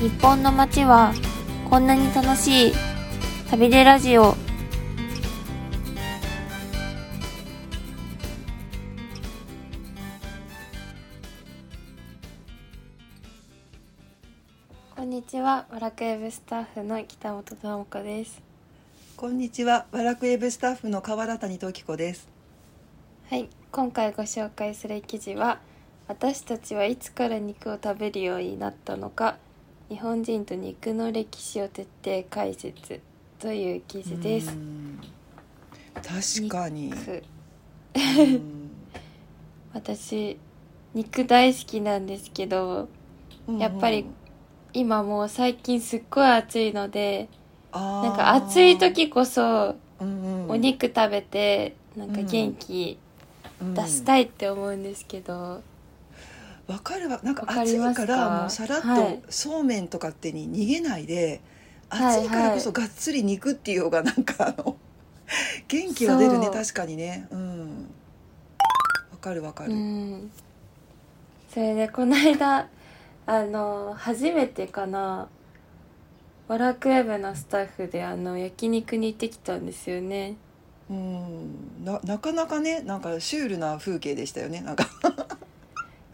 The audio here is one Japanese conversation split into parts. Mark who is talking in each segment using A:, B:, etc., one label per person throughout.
A: 日本の街はこんなに楽しい旅でラジオこんにちはワラクエブスタッフの北本智子です
B: こんにちは、ワラクウェブスタッフの川田谷時子です。
A: はい今回ご紹介する記事は私たちはいつから肉を食べるようになったのか日本人と肉の歴史を徹底解説という記事です
B: うん確かに。
A: く
B: うん
A: 私肉大好きなんですけどやっぱり今もう最近すっごい暑いので
B: な
A: なんか暑い、時こそ
B: うんうん
A: お肉食べてなんか元気出し
B: い。
A: たいって思うんですけど
B: わ、かるわ、なんか
A: わか
B: 暑
A: りま
B: い
A: すか
B: から、もうさらっ
A: はい
B: とそうめんとかってに逃げないで。
A: はい
B: 暑いからこそがっつり肉っていう方がなんかあの元気は出るね
A: そう
B: 確かにねうんわかるわか
A: う
B: る、
A: んそれでこの間あの初めてかなワラクウェブのスタッフであの焼肉に行ってきたんですよね
B: うんななかなかねなんかシュールな風景でしたよねなんか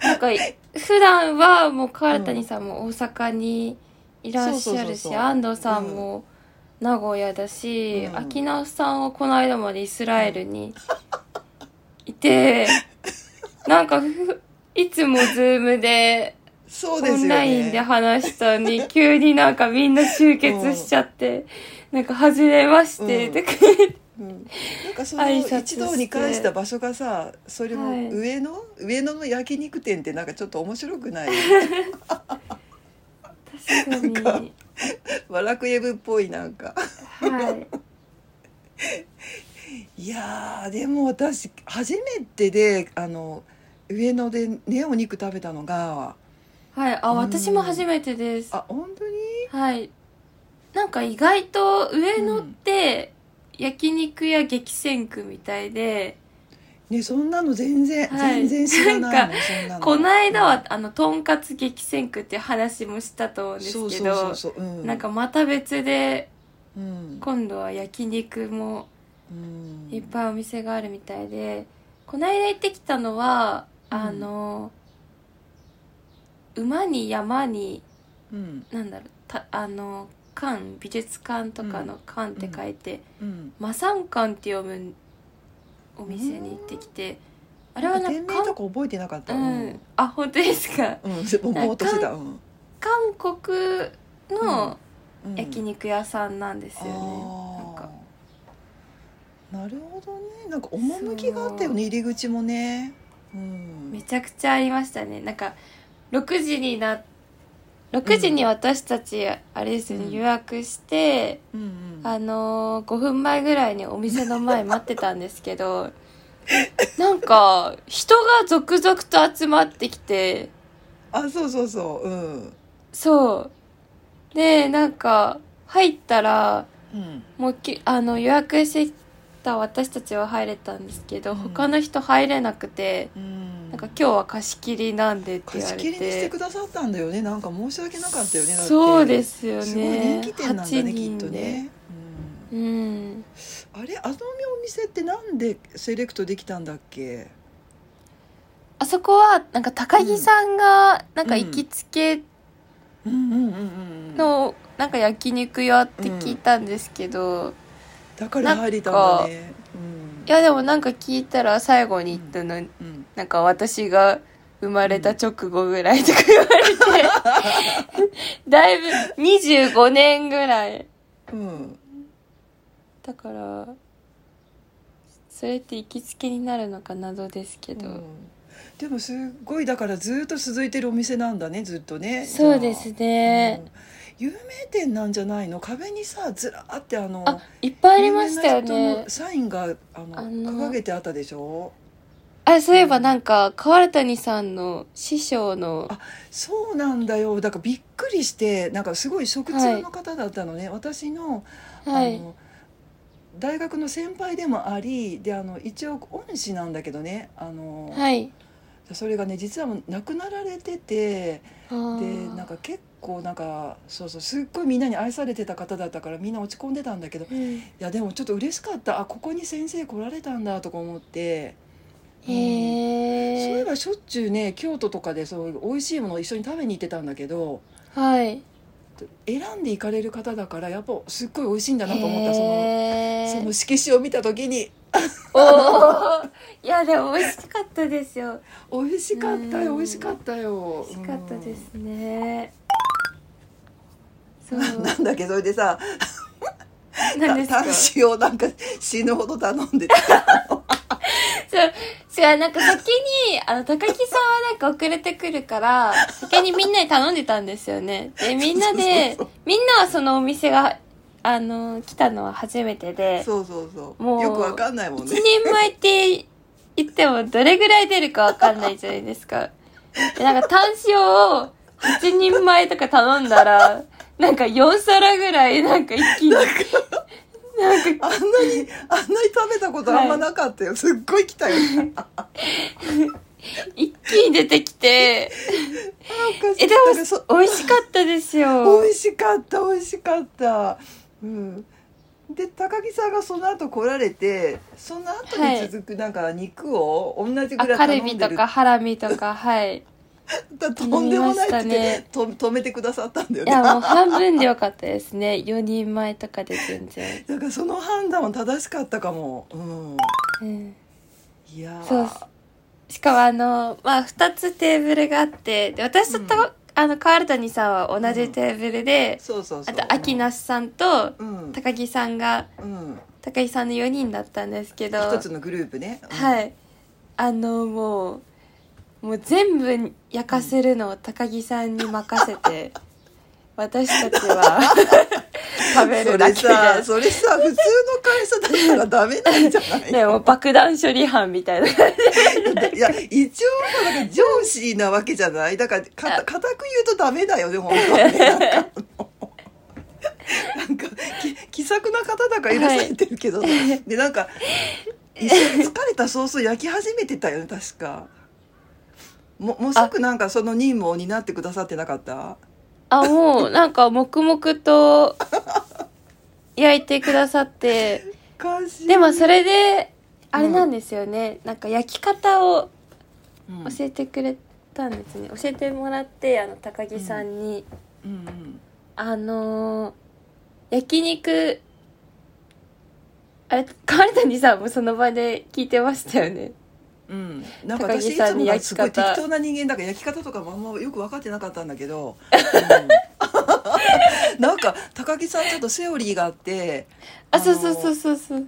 A: な んか普段はもう川谷さんも大阪にいらっしゃ
B: そうそうそ
A: る
B: うそ
A: し、
B: う
A: 安藤さんも名古屋だし、
B: うん
A: 秋直さんはこの間までイスラエルにいて、なんかふいつもズームで
B: そうです
A: オ
B: よね
A: ンラインで話したのに急になんかみんな集結しちゃって、なんか初めまして、
B: うん
A: とか
B: うんなんかその
A: 挨拶して
B: 一堂に会した場所がさそれ
A: はい
B: も上野、上野の焼肉店ってなんかちょっと面白く ない
A: 確
B: なん
A: か
B: か
A: に。
B: ワラクエブっぽいなんか
A: はい。
B: いやーでも私初めてであの上野でねお肉食べたのが
A: はい。あ、
B: うん
A: 私も初めてです。
B: あ本当に
A: はい。なんか意外と上野って焼肉や激戦区みたいで、
B: ねそんなの全然、
A: はい
B: 全然知らない
A: なん
B: のそんなの
A: こないだはあの、とんかつ激戦区っていう話もしたと思うん
B: うん
A: で
B: そ
A: す
B: う
A: け
B: そうそ
A: ど
B: う、そう、うん、
A: なんかまた別で、
B: うん、
A: 今度は焼肉も
B: うん
A: いっぱいお店があるみたいで、こないだ行ってきたのは、
B: うん
A: あの、馬に山に、
B: うん
A: なんだろう、たあの、館、美術館とかの館って書いて、
B: うん
A: マサンカンって読むお店に行ってきてあれは
B: な
A: な
B: んんか
A: か
B: 店名とか覚えてなかった
A: 韓う
B: うん
A: ん、あ本当ですか
B: うん、ぼぼーっとしてた、うん
A: 韓国の
B: うん、
A: 焼肉屋さんなんですよね、なん
B: あ
A: か
B: あなるほどねなんか趣があったよね入り口もねうん
A: めちゃくちゃありましたねなんか6時にな6時に私たちあれですよね、
B: うん
A: 予約して、
B: うんうん
A: あのー、5分前ぐらいにお店の前待ってたんです けどなんか人が続々と集まってきて
B: あそうそうそううん
A: そう。で、なんか、入ったら、
B: うん
A: もうき、あの、予約してきた私たちは入れたんですけど、
B: うん
A: 他の人入れなくて、
B: うん
A: なんか今日は貸し切りなんでって言
B: 貸
A: わ
B: し
A: れて。
B: 切りにしてくださったんだよねなんか申し訳なかったよねだって
A: そうですよね。
B: すごい人気店なんだ
A: 8
B: ねき
A: 人
B: っと
A: で
B: ね、
A: うん。
B: うん、あれあのお店ってなんでセレクトできたんだっけ
A: あそこは、なんか高木さんが、なんか行きつけ
B: うんうんうんうんうん
A: の、なんか焼肉屋って聞いたんですけど、
B: だから入れたんだねうん
A: いやでもなんか聞いたら最後に行ったのに、
B: うん
A: なんか私が生まれた直後ぐらいとか言わ れて、だいぶ25年ぐらい。
B: うん
A: だから、それって行きつけになるのか謎ですけど。
B: うんでもすっごいだからずっと続いてるお店なんだねずっとね
A: そうです
B: じゃあ
A: ね
B: う。ん有名店なんじゃないの壁にさずらーってあの
A: あ、いっぱいありましたよ
B: 有名な人
A: ね
B: の。サインがあの
A: あの
B: 掲げてあったでしょ
A: あ、そういえばなんか、河谷さんの師匠の、
B: そうなんだよだからびっくりしてなんかすごい食通の方だったのね、私の,、
A: はい
B: あ。の大学の先輩でもありであの一応恩師なんだけどねあの、
A: はい。
B: それがね実はもう亡くなられてて
A: あー
B: でなんか結構なんかそうそうすっごいみんなに愛されてた方だったからみんな落ち込んでたんだけどい
A: うん
B: やでもちょっと嬉しかったあここに先生来られたんだとか思って。うんそうい
A: へ
B: え
A: え
B: ばしょっちゅうね京都とかでそう美味しいものを一緒に食べに行ってたんだけど
A: はい
B: 選んで行かれる方だからやっぱすっごい美味しいんだなと思ったその
A: へ
B: その
A: ー
B: 色紙を見た時に
A: おおいやでも美味しかったですよ
B: 美味しかったよ
A: うん
B: 美味しかったよ
A: 美味しかったですねそう
B: うんなんだっけそれでさ
A: なんです
B: タ
A: か
B: ン塩をなんか死ぬほど頼んでて
A: そう違うなんか先にあの高木さんはなんか遅れてくるから先にみんなに頼んでたんですよねでみんなで
B: そうそう
A: みんなはそのお店があの来たのは初めてで
B: そうそうそう
A: もう
B: よくわかんないもん
A: 一
B: ね
A: 人前って言ってもどれぐらい出るかわかんないじゃないですか。でなんか単塩を8人前とか頼んだら、なんか4皿ぐらいなんか一気に。なんか
B: あんなにあんなに食べたことあんまなかったよ、すっごい来 たよあ
A: 一気に出てきて。
B: おかしい
A: え、で
B: なんかそ
A: も美味しかったですよ。
B: 美味しかった美味しかったうんで高木さんがその後来られてその後に続くなんか肉を同じ
A: あ
B: ぐらい
A: カ
B: 頼
A: ル
B: ん
A: ビ
B: で
A: と
B: る
A: かハラミと か、はい。
B: だとんでもないって言って、
A: 頼みましたね
B: と止めてくださったんだよ
A: い
B: ね
A: や、 もう半分でよかったですね。4人前とかで全然。
B: なんかその判断は正しかったかもうん
A: うん
B: いやー
A: そうっすしかもあの、まあ、2つテーブルがあってで私とた、
B: うん
A: あの川原谷さんは同じテーブルで、
B: そうそうそう
A: あと秋那須さんと
B: うん
A: 高木さんが
B: うん
A: 高木さんの4人だったんですけど、
B: 一つのグループね、うん
A: はいあのもうもう全部焼かせるのを高木さんに任せ て、私たち は食べ
B: そ
A: るだ
B: れ
A: け
B: さ
A: で。
B: それさ普通の会社だったらダメなんじゃない
A: ね、もう爆弾処理班みたいな
B: いや一応なんか上司なわけじゃないだからかた固く言うとダメだよね本当はねなんかなんかき気さくな方だから許されてるけど、でなんか一緒に疲れた早々焼き始めてたよね確かももうすぐなんかその任務を担ってくださってなかった
A: あもうなんか黙々と焼いてくださって
B: おかしい
A: でもそれであれなんですよね、なんか焼き方を
B: うん
A: 教えてくれたんですね、教えてもらってあの高木さんに、
B: うんうん
A: あのー焼肉あれ川谷さんもその場で聞いてましたよね
B: うん、なんか
A: 高
B: 私
A: 木
B: い
A: さ
B: つ
A: んに
B: もすごい
A: 焼き方
B: 適当な人間だから焼き方とかもあんまよく分かってなかったんだ け ど、うんなんか高木さんちょっとセオリーがあって
A: あ
B: あの
A: そうそうそうそうそう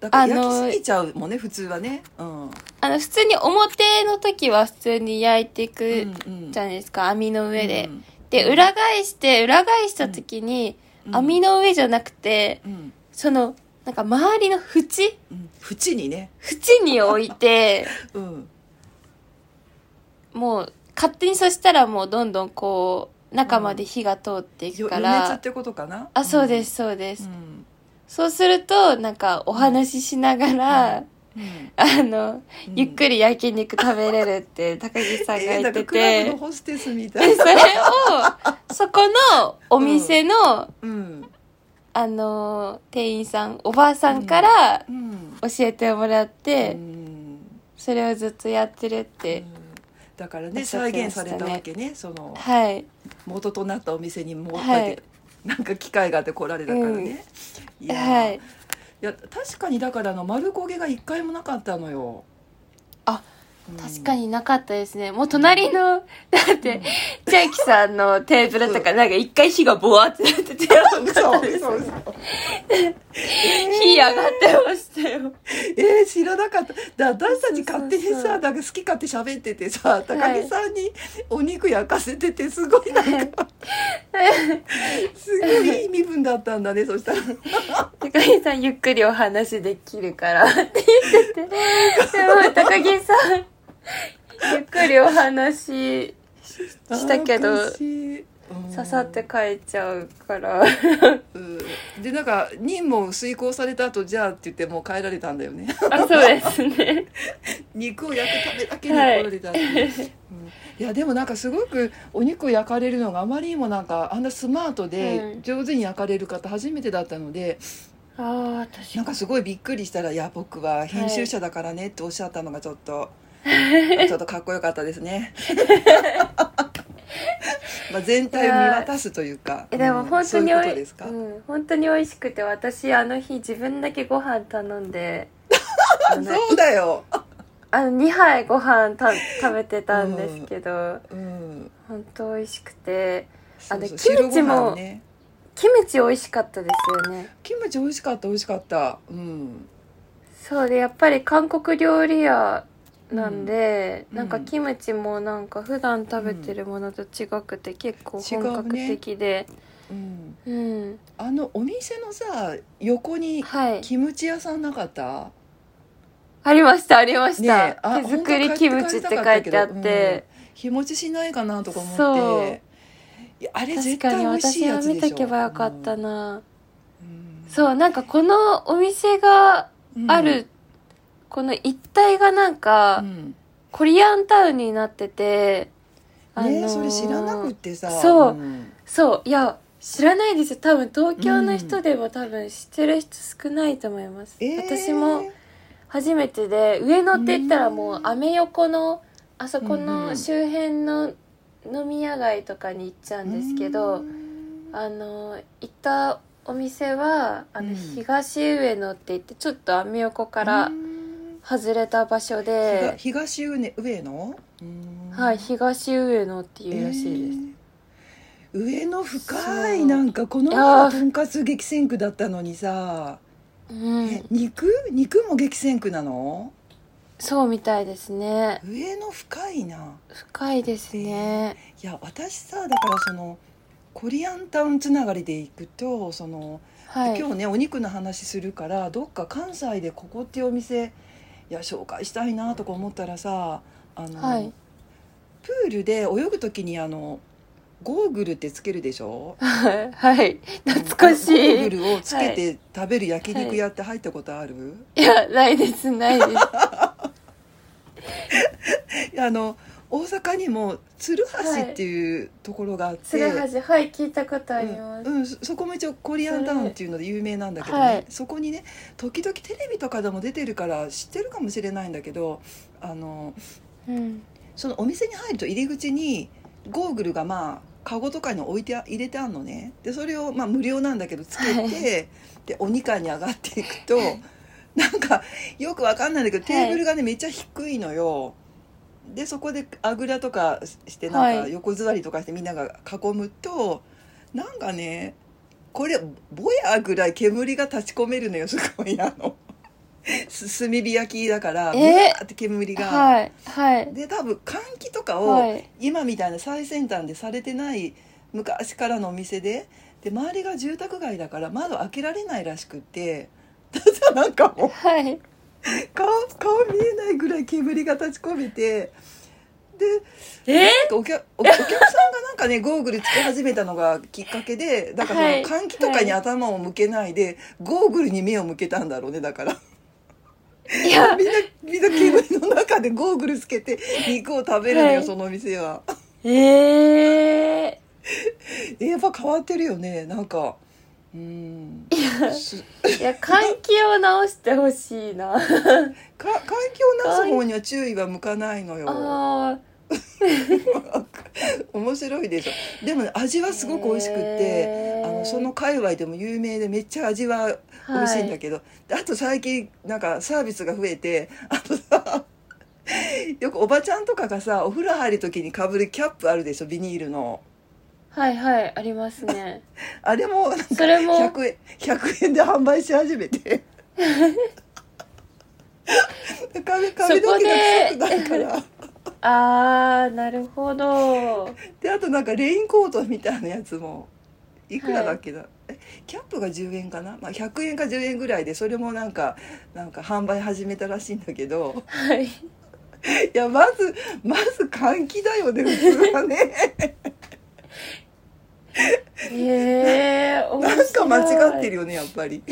B: だから
A: あの
B: 焼きすぎちゃうもんね普通はね、うんうん
A: あの普通に表の時は普通に焼いていく
B: うん、
A: じゃ
B: ゃ
A: ないですか、網の上で、で裏返して裏返した時に、
B: うん
A: 網の上じゃなくて
B: うん
A: そのなんか周りの縁
B: うん、縁にね、
A: 縁に置 いて
B: うん、
A: もう勝手にそしたらもうどんどんこう中まで火が通ってい
B: よ
A: くか
B: 余
A: ら、
B: 熱ってことかな
A: あそうで、すそうです、
B: うん
A: そうするとなんかお話ししながら、
B: うん
A: あの
B: うん
A: ゆっくり焼肉食べれるって高木さんが
B: えー
A: 言
B: な
A: っ
B: んか
A: て
B: ク
A: て、
B: ラブのホステスみた
A: で
B: い
A: そ
B: な、
A: れをそこのお店の、
B: うん
A: あの店員さんおばあさんから
B: うん
A: 教えてもらって、
B: うん
A: それをずっとやってるっ
B: う
A: て
B: ん、だから
A: お
B: ね
A: っしゃっ
B: 再
A: てま
B: 現
A: した
B: さ
A: ね
B: れたわけねその
A: はい
B: 元となったお店にもう、
A: はい
B: こうやってなんか機会があって来られたからね、いやー
A: はい
B: いや確かにだからあの丸焦げが一回もなかったのよ
A: あ、
B: うん
A: 確かになかったですねもう隣のだって千秋さんのテーブルとかなんか一回火がボワってなってて
B: 嘘嘘嘘
A: 火上がってましたよ
B: えー、知らなかっただ私たち勝手に
A: そうそうそ
B: さ
A: う
B: なんか好き勝手喋っててさ高木さんにお肉焼かせててすごいなん かすごいいい身分だったんだねそしたら
A: 高木さんゆっくりお話できるからって言っててでも高木さんゆっくりお話ししたけど
B: あーおかしいうん
A: ささって書いちゃうから
B: うんでなんか任務を遂行された後じゃあって言ってもう帰られたんだ よね
A: あそうですね
B: 肉を焼くためだけに来られたっていう、いうん、いやでもなんかすごくお肉を焼かれるのがあまりにもなんかあんなスマート
A: う
B: で
A: ん
B: 上手に焼かれる方初めてだったので、
A: ああ私
B: なんかすごいびっくりしたら「いや僕は編集者だからね」っておっしゃったのがちょっと、 ちょっとかっこよかったですね。 まあ全体を見渡すというか、
A: えでも
B: うん
A: 本当
B: そう
A: に
B: いう
A: お
B: こ
A: い
B: とですか、
A: うん、本当に美味しくて私あの日自分だけご飯頼んであの
B: そうだよ、
A: あの2杯ご飯た食べてたんですけど、
B: うん、
A: 本当美味しくて
B: そうそう
A: でキムチも
B: 白ご飯ね
A: キムチ美味しかったですよね
B: キムチ美味しかった美味しかったうん
A: そうでやっぱり韓国料理屋なんで、
B: うん
A: なんか
B: うん
A: キムチもなんか普段食べてるものと違くて結構
B: 違う
A: 本
B: ね
A: 格的で、
B: うん
A: うん
B: あのお店のさ横に
A: はい
B: キムチ屋さんなかった
A: ありましたありまし
B: ねえ
A: た、
B: あ
A: 手作りキムチって書いてあって、
B: 日持ちしないかなとか思
A: そ
B: っていやあれ
A: 確
B: 絶
A: か
B: 対
A: に
B: 美味しい
A: 私
B: や
A: は
B: つでしょ
A: 見とけばよかったな、
B: うん
A: そうなんかこのお店が
B: うん
A: ある、この一帯がなん
B: う
A: か
B: ん
A: コリアンタウンになってて、
B: ね
A: ー
B: それ知らなくってさ
A: そうんそういや知らないですよ多分東京の人でも多分知ってる人少ないと思います、
B: えー
A: 私も初めてで上野って言ったらもう
B: うん
A: アメ横のあそこ
B: うんう
A: の
B: ん
A: 周辺の飲み屋街とかに行っちゃうんですけど、
B: うん
A: あの行ったお店はあ
B: う
A: の
B: ん
A: 東上野って言ってちょっとアメ横から
B: うん
A: 外れた場所
B: ひが
A: で、
B: 東上上野うん
A: はい東上野っていうらしいです、
B: えー上野深
A: そ
B: いうなんかこの前
A: あ
B: は
A: ー
B: とんかつ激戦区だったのにさ、
A: うん
B: え、肉肉も激戦区なの
A: そうみたいですね
B: 上野深いな
A: 深いですね、
B: いや私さだからそのコリアンタウンつながりで行くとその、
A: はい
B: 今日ねお肉の話するからどっか関西でここっていうお店いや紹介したいなとか思ったらさあの、
A: はい
B: プールで泳ぐ時にあのゴーグルってつけるでしょ
A: はい懐かし
B: ゴーグ
A: い
B: ルをつけ
A: は
B: て食べる焼肉屋って入ったことある、
A: いやないですないです
B: いやあの大阪にも鶴橋っていうところがあ って、
A: 鶴橋はい聞いたことあります、
B: うん、うんそそこも一応コリアンタウンっていうので有名なんだけどね、
A: はい
B: そこにね時々テレビとかでも出てるから知ってるかもしれないんだけどあの
A: うん
B: そのお店に入ると入り口にゴーグルがまあカゴとかに置いてあ入れてあんのねでそれをまあ無料なんだけどつけて、
A: はい
B: でお2階に上がっていくとなんかよくわかんないんだけどテーブルがねめっちゃ低いのよ。でそこであぐらとかして
A: は
B: なんか
A: い
B: 横座りとかしてみんなが囲むと、なんかねこれぼやぐらい煙が立ち込めるのよすごいあのす炭火焼きだから
A: え
B: ぼやーって煙が、
A: はいはい
B: で多分換気とかを、
A: はい
B: 今みたいな最先端でされてない昔からのお店でで周りが住宅街だから窓開けられないらしくって ただなんかもう
A: はい
B: 顔顔見えないぐらい煙が立ち込めてで
A: え
B: なんかお客おお客さんがなんかねゴーグルつけ始めたのがきっかけでだから
A: はい
B: その換気とかに頭を向けないで、ゴーグルに目を向けたんだろうねだから。
A: いや
B: みんなみんな煙の中でゴーグルつけて肉を食べるのよ、
A: はい
B: そのお店は。
A: ええ
B: えやっぱ変わってるよねなんかうーんす
A: いや換気を直してほしいな あ
B: か環境を直す方には注意は向かないのよ
A: あ
B: 面白いでしょでも、ね、味はすごく美味しくって、
A: へー
B: あのその界隈でも有名でめっちゃ味は美味しいんだけど、であと最近なんかサービスが増えてあとさよくおばちゃんとかがさお風呂入る時にかぶるキャップあるでしょビニールの
A: はいはいはいあります ね
B: あれもなんか
A: それも
B: 100円100円で販売し始め て髪髪の毛が臭くないから
A: ああなる ほど
B: であとなんかレインコートみたいなやつもいくらだっけな、えキャップが10円かな、まあ、100円か10円ぐらいでそれもなんかなんか販売始めたらしいんだけど
A: はい
B: い やまずまず換気だよね普通はね間違ってるよねやっぱり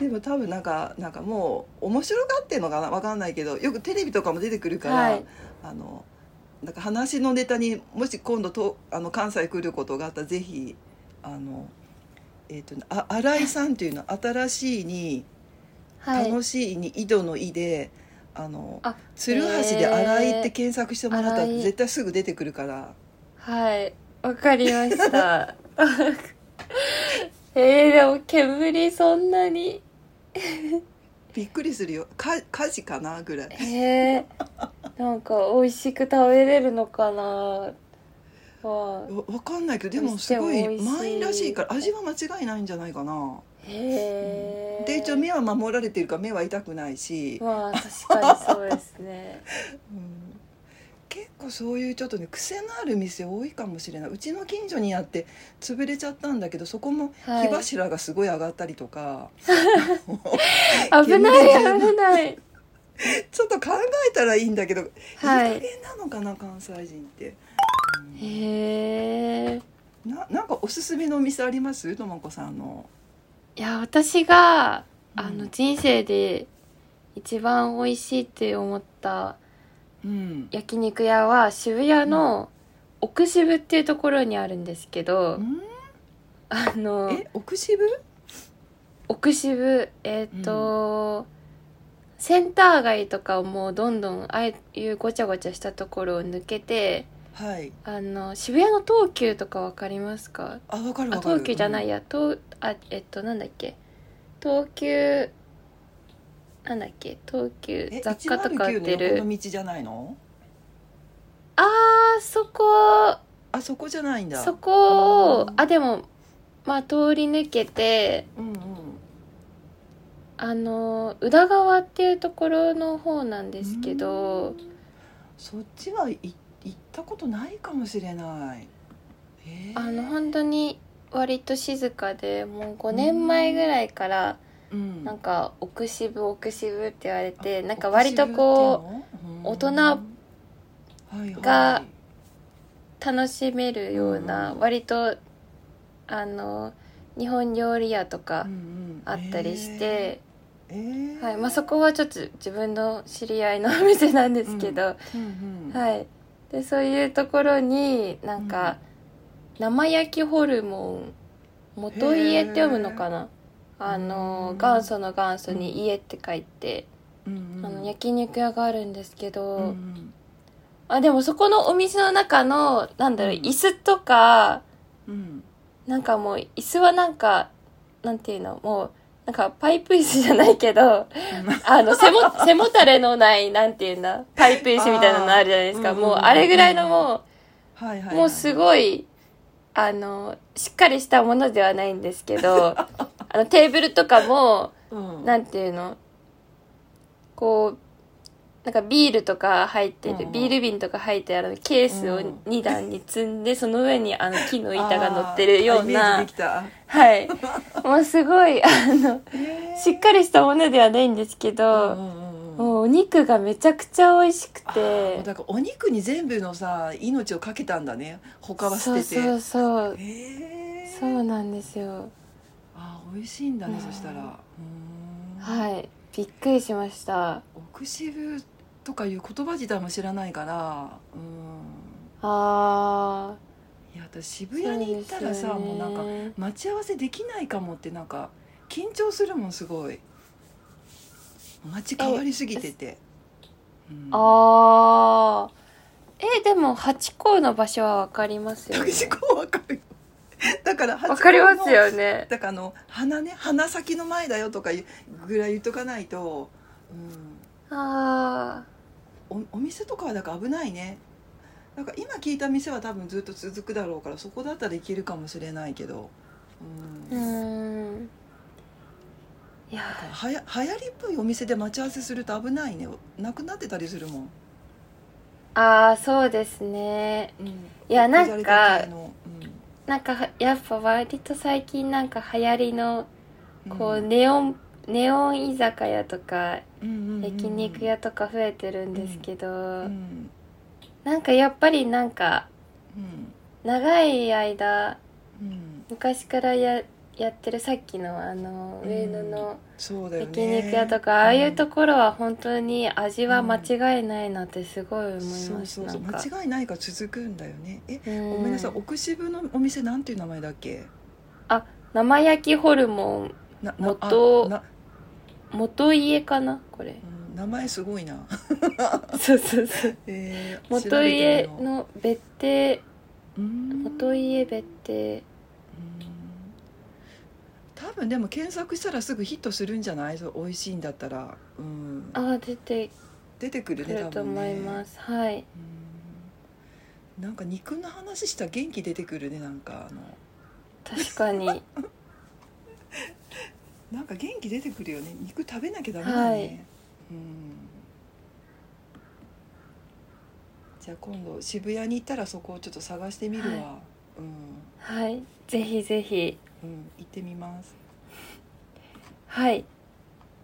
B: でも多分なんかなんかもう面白がってんのかなわかんないけどよくテレビとかも出てくるから、
A: はい
B: あのなんか話のネタにもし今度とあの関西来ることがあったらぜひあの、えっとあ新井さんというのは新しいに
A: はい
B: 楽しいに井戸の井であの
A: あ
B: 鶴橋
A: へ
B: で
A: ー
B: 新井って検索してもらったら
A: 新井
B: 絶対すぐ出てくるから。
A: はいわかりました えー、でも煙そんなに
B: びっくりするよか火事かなぐらい
A: えー、なんか美味しく食べれるのかなは
B: わわかんないけどでもすご
A: 美
B: い
A: 味しい
B: 満員らしいから味は間違いないんじゃないかな、
A: へえ
B: で一応目は守られてるから目は痛くないし、
A: まあ確かにそうですね
B: うん結構そういうちょっとね癖のある店多いかもしれないうちの近所にあって潰れちゃったんだけどそこも
A: はい
B: 火柱がすごい上がったりと か、
A: 危ない
B: 煙
A: 危ない
B: ちょっと考えたらいいんだけど、
A: はい
B: いい加減なのかな関西人って、うん
A: へえ
B: ななんかおすすめのお店ありますともこさんの
A: いや私が
B: うん
A: あの人生で一番美味しいって思った
B: うん
A: 焼肉屋は渋谷の奥渋っていうところにあるんですけど、
B: うん
A: あの
B: え奥渋
A: 奥渋えっ、と、センター街とかをもうどんどんああいうごちゃごちゃしたところを抜けて
B: はい
A: あの渋谷の東急とかわかりますか
B: あわかる
A: あ
B: わかる
A: 東急じゃない
B: や
A: や、東あえっとなんだっけ東急なんだっけ東急
B: え
A: 雑貨とか売って
B: 109の横
A: る
B: の道じゃないの
A: あーそこ
B: あそこじゃないんだ
A: そこを
B: あー
A: あでもまあ通り抜けて
B: うんうん
A: あの宇田川っていうところの方なんですけ
B: う
A: ど
B: んそっちはい行ったことないかもしれないえー
A: あの本当に割と静かでもう5年前ぐらいから
B: うん
A: なんか奥渋奥渋って言われてなんか割とこ
B: う
A: 大人がう楽しめるような
B: うん
A: 割とあの日本料理屋とかあったりして、はいまあ、そこはちょっと自分の知り合いのお店なんですけど、
B: い
A: はい、でそういうところになんか、生焼きホルモン元家って読むのかなあの
B: うん
A: 元祖の元祖に家って書いて、あの焼肉屋があるんですけど、あでもそこのお店の中のなんだろう、
B: うん
A: 椅子とか
B: うん
A: なんかもう椅子はなんかなんていうのもうなんかパイプ椅子じゃないけどあの背も背もたれのないなんていうんだパイプ椅子みたいなのあるじゃないですか、
B: あーうんうん
A: もうあれぐらいのもう。
B: はいはい
A: もうす
B: い
A: ごいあのしっかりしたものではないんです けどあのテーブルとかも
B: うん
A: なんていうのこうなんかビールとか入って
B: うん
A: る
B: うん
A: ビール瓶とか入ってあるケースを
B: うん
A: 2段に積んでその上にあの木の板が乗ってるよう
B: あーイメージ
A: な
B: できた
A: はいもうすごいあの
B: へー
A: しっかりしたものではないんですけ
B: うんうん
A: ど
B: うんうん
A: もうお肉がめちゃくちゃ美味しく
B: あーも
A: て
B: うだからお肉に全部のさ命をかけたんだね他は捨てて
A: そうそうそ
B: へ
A: う
B: ー
A: そうなんですよ
B: あー美味しいんだね、
A: うん
B: そしたらうーん
A: はいびっくりしました
B: 奥渋とかいう言葉自体も知らないからうん
A: あ
B: いや私渋谷に行ったらさ、もうなんか
A: か
B: 待ち合わせできないかもってなんか緊張するもんすごい街変わりすぎてて、うん
A: あーえでも八甲の場所はわかりますよね
B: 私こうわかるよだから
A: わかります
B: よ
A: よね
B: だからあの鼻ね鼻先の前だよとかいうぐらい言っとかないと、
A: あ
B: うん、おお店とかはだから危ないねなんか今聞いた店は多分ずっと続くだろうからそこだったらいけるかもしれないけど、
A: ー
B: う、
A: うんーんいや
B: はや流行りっぽいお店で待ち合わせすると危ないねなくなってたりするもん、
A: あーそうですね
B: うん、い
A: いやなんか
B: の、うん
A: なんかはやっぱ割と最近なんか流行りのこう
B: うん
A: ネオン、ネオン居酒屋とか
B: うんうんうん
A: 焼肉屋とか増えてるんですけど、
B: うん
A: なんかやっぱりなんか
B: うん
A: 長い間
B: うん、
A: 昔からややってるさっきのあの
B: うん
A: 上野の
B: そうだよね
A: 焼肉屋とか、ああいうところは本当に味は間違いないなってすごい思います、
B: そうそうそう
A: なんか
B: 間違いないから続くんだよねえ、
A: うん
B: ごめんなさい奥渋のお店なんていう名前だっけ
A: 生焼きホルモン
B: ななあ
A: 元
B: な
A: 元家かなこれ
B: うん名前すごいな、
A: そうそうそう
B: えー調
A: 元
B: べ
A: 家
B: てみよ
A: の別邸
B: ううん
A: 元家別邸
B: うん多分でも検索したらすぐヒットするんじゃないそう美味しいんだったら、うん、
A: ああ出て
B: 出てくる
A: く
B: ね
A: る
B: 多
A: と
B: 分
A: 思
B: ね
A: います、はい
B: うんなんか肉の話したら元気出てくるねなんかあの
A: 確かに
B: なんか元気出てくるよね肉食べなきゃダメだね、
A: はい
B: うんじゃあ今度渋谷に行ったらそこをちょっと探してみるわ、
A: ははいぜひぜひ
B: うん、うん、行ってみます
A: はい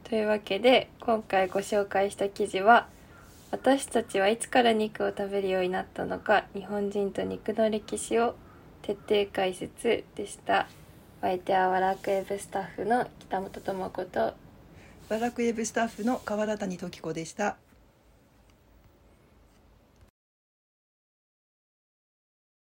A: というわけで今回ご紹介した記事は「私たちはいつから肉を食べるようになったのか日本人と肉の歴史を徹底解説」でしたお相手はワラクエブスタッフの北本智子と
B: バラクエブスタッフの川原谷時子でした